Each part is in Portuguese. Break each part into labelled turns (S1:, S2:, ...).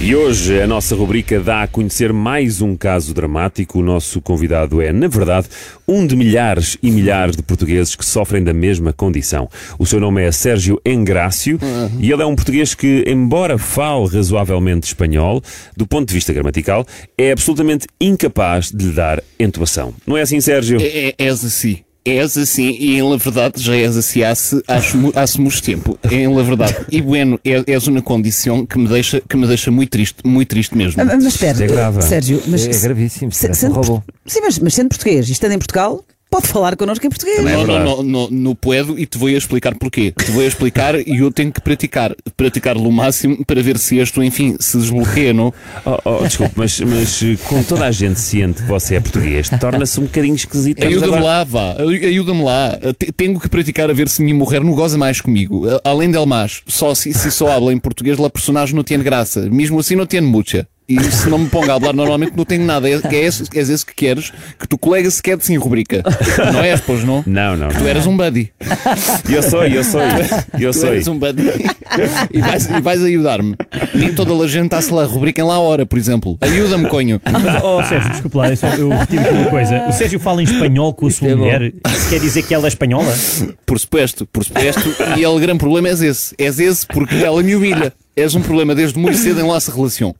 S1: E hoje a nossa rubrica dá a conhecer mais um caso dramático. O nosso convidado é, na verdade, um de milhares e milhares de portugueses que sofrem da mesma condição. O seu nome é Sérgio Engrácio e ele é um português que, embora fale razoavelmente espanhol, do ponto de vista gramatical, é absolutamente incapaz de lhe dar entoação. Não é assim, Sérgio?
S2: É- é- És assim. És assim, e na verdade já és assim há, se- há se mu- há se muito tempo. É na verdade. E bueno, é- és uma condição que me deixa, que me deixa muito triste, muito triste mesmo.
S3: Ah, Mas espera,
S1: é grave.
S3: Sérgio, mas
S4: É gravíssimo,
S3: se-
S4: parece um
S3: sendo
S4: robô.
S3: portu- Sim, mas, mas sendo português e estando em Portugal, pode falar connosco em português.
S1: Também é
S2: não, não,
S1: verdade.
S2: não, não, não puedo e te vou explicar porquê. Te vou explicar e eu tenho que praticar. Praticar-lo o máximo para ver se isto, enfim, se desbloqueia, não?
S1: Oh, oh, desculpe, mas, mas eh, com toda a gente ciente que você é português, torna-se um bocadinho esquisito. Estamos
S2: Ajuda-me
S1: agora-
S2: lá, vá. Ay- Ajuda-me lá. Te- Tenho que praticar a ver se me morrer não goza mais comigo. A- Além del mais, só se, se só habla em português, lá personagem não tem graça. Mesmo assim, não tem mucha. E se não me ponga a hablar normalmente, não tenho nada. É, é, esse, é esse que queres que tu colega se quede sem rubrica. Não és, pois não?
S1: Não, não,
S2: Tu
S1: não.
S2: eras um buddy.
S1: Eu sou, eu sou, eu
S2: Tu
S1: sou.
S2: eras um buddy. E vais, e vais ajudar-me. Nem toda a gente está-se lá, rubrica em lá a hora, por exemplo. Ajuda-me, conho.
S5: Mas, oh, Sérgio, desculpe lá, eu, só- eu retiro aqui uma coisa. O Sérgio fala em espanhol com a sua
S4: é bom.
S5: mulher. Isso quer dizer que ela é espanhola?
S2: Por supuesto, por supuesto. e o grande problema é esse. É esse porque ela me humilha. És um problema desde muito cedo em nossa relação.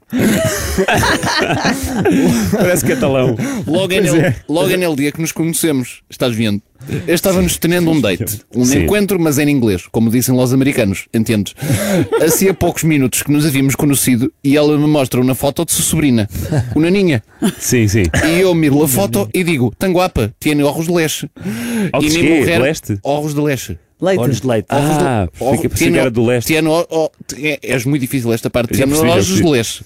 S1: Parece catalão.
S2: Logo, é nele, logo é nele dia que nos conhecemos. Estás vendo? Eu Estávamos tendo um date. Um
S1: Sim.
S2: encontro, mas em inglês. Como dizem lá os americanos. Entendes? Assim há poucos minutos que nos havíamos conhecido e ela me mostra uma foto de sua sobrinha. O Naninha.
S1: Sim, sim.
S2: E eu miro a foto e digo, tan guapa, tiene ojos de leche.
S1: Ojos
S2: e
S1: de quê? De leste?
S2: Ojos de leche.
S3: Leite.
S4: Olhos de leite.
S1: Ah, fica pensei que era do leste.
S2: Tiano, oh, oh, ti- é- és muito difícil esta parte.
S1: Eu já
S2: Tiano,
S1: percebi, já
S2: olhos de
S1: percebi.
S2: leste.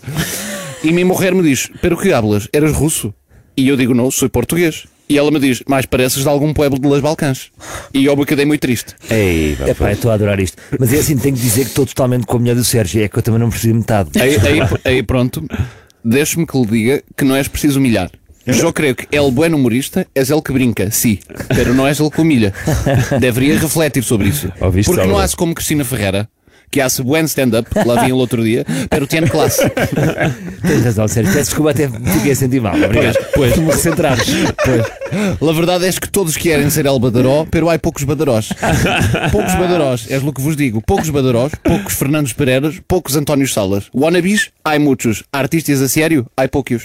S2: E me morrer me diz: Pero que hablas? Eras russo? E eu digo: Não, sou português. E ela me diz: Mas pareces de algum pueblo de Las Balcãs. E eu me quedei muito triste.
S1: Ei,
S4: É pá, eu estou a adorar isto. Mas é assim, tenho que dizer que estou totalmente com a mulher do Sérgio. É que eu também não percebi metade.
S2: Aí, aí, aí pronto, deixe-me que lhe diga que não és preciso humilhar. Eu creio que el buen humorista és el que brinca, sim, pero não és el que humilha. Deveria refletir sobre isso.
S1: Ouviste,
S2: Porque não
S1: Álvaro?
S2: há como Cristina Ferreira, que há buen stand-up, lá vim o outro dia, pero tiene classe.
S4: Tens razão, Sérgio. Peço desculpa, até fiquei a sentir mal. Obrigado.
S2: Pois,
S4: Me recentrares.
S2: a verdade é que todos querem ser el badaró, pero há poucos badarós. Poucos badarós, és o que vos digo. Poucos badarós, poucos Fernandes Pereiras, poucos António Salas. Wannabis, há muitos. Artistas a sério, há poucos.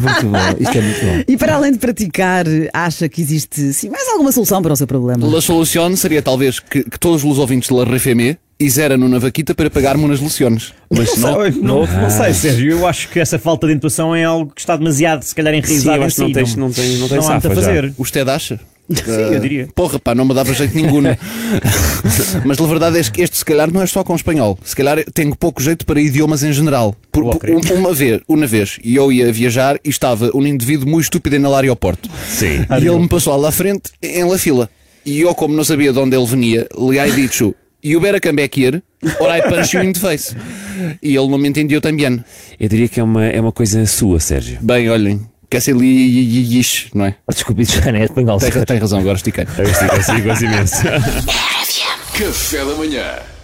S4: Muito bom. Isto é muito bom.
S3: E para além de praticar, acha que existe sim, mais alguma solução para o seu problema?
S2: La solução seria talvez que, que todos os ouvintes da RFM fizeram na vaquita para pagar-me umas lições.
S5: Mas não, não, não sei, Sérgio. Eu acho que essa falta de intuação é algo que está demasiado, se calhar,
S1: Sim,
S5: enraizado
S1: eu
S5: em
S1: acho que não
S5: si.
S1: tens- não tens- não tens
S5: há muito
S1: safa
S5: a
S1: já.
S5: fazer.
S2: Os TED acha?
S5: Sim, eu diria.
S2: Porra, pá, não me dava jeito nenhum. Mas a verdade é que este, se calhar, não é só com espanhol. Se calhar tenho pouco jeito para idiomas em general. Por, por- um- uma, vez, uma vez, e eu ia viajar e estava um indivíduo muito estúpido no aeroporto.
S1: Sim.
S2: E ele me passou lá à frente, em la fila. E eu, como não sabia de onde ele venia, lhe disse: E o Bera Cambequier, ora, I punch you in the face. E ele não me entendeu também.
S1: Eu diria que é uma, é uma coisa sua, Sérgio.
S2: Bem, olhem, quer ser li não é?
S4: Desculpa, isto já não é espanhol.
S2: Tem,
S4: Sérgio.
S2: tem razão, agora estiquei.
S1: Eu gosto imenso.
S6: Café da manhã.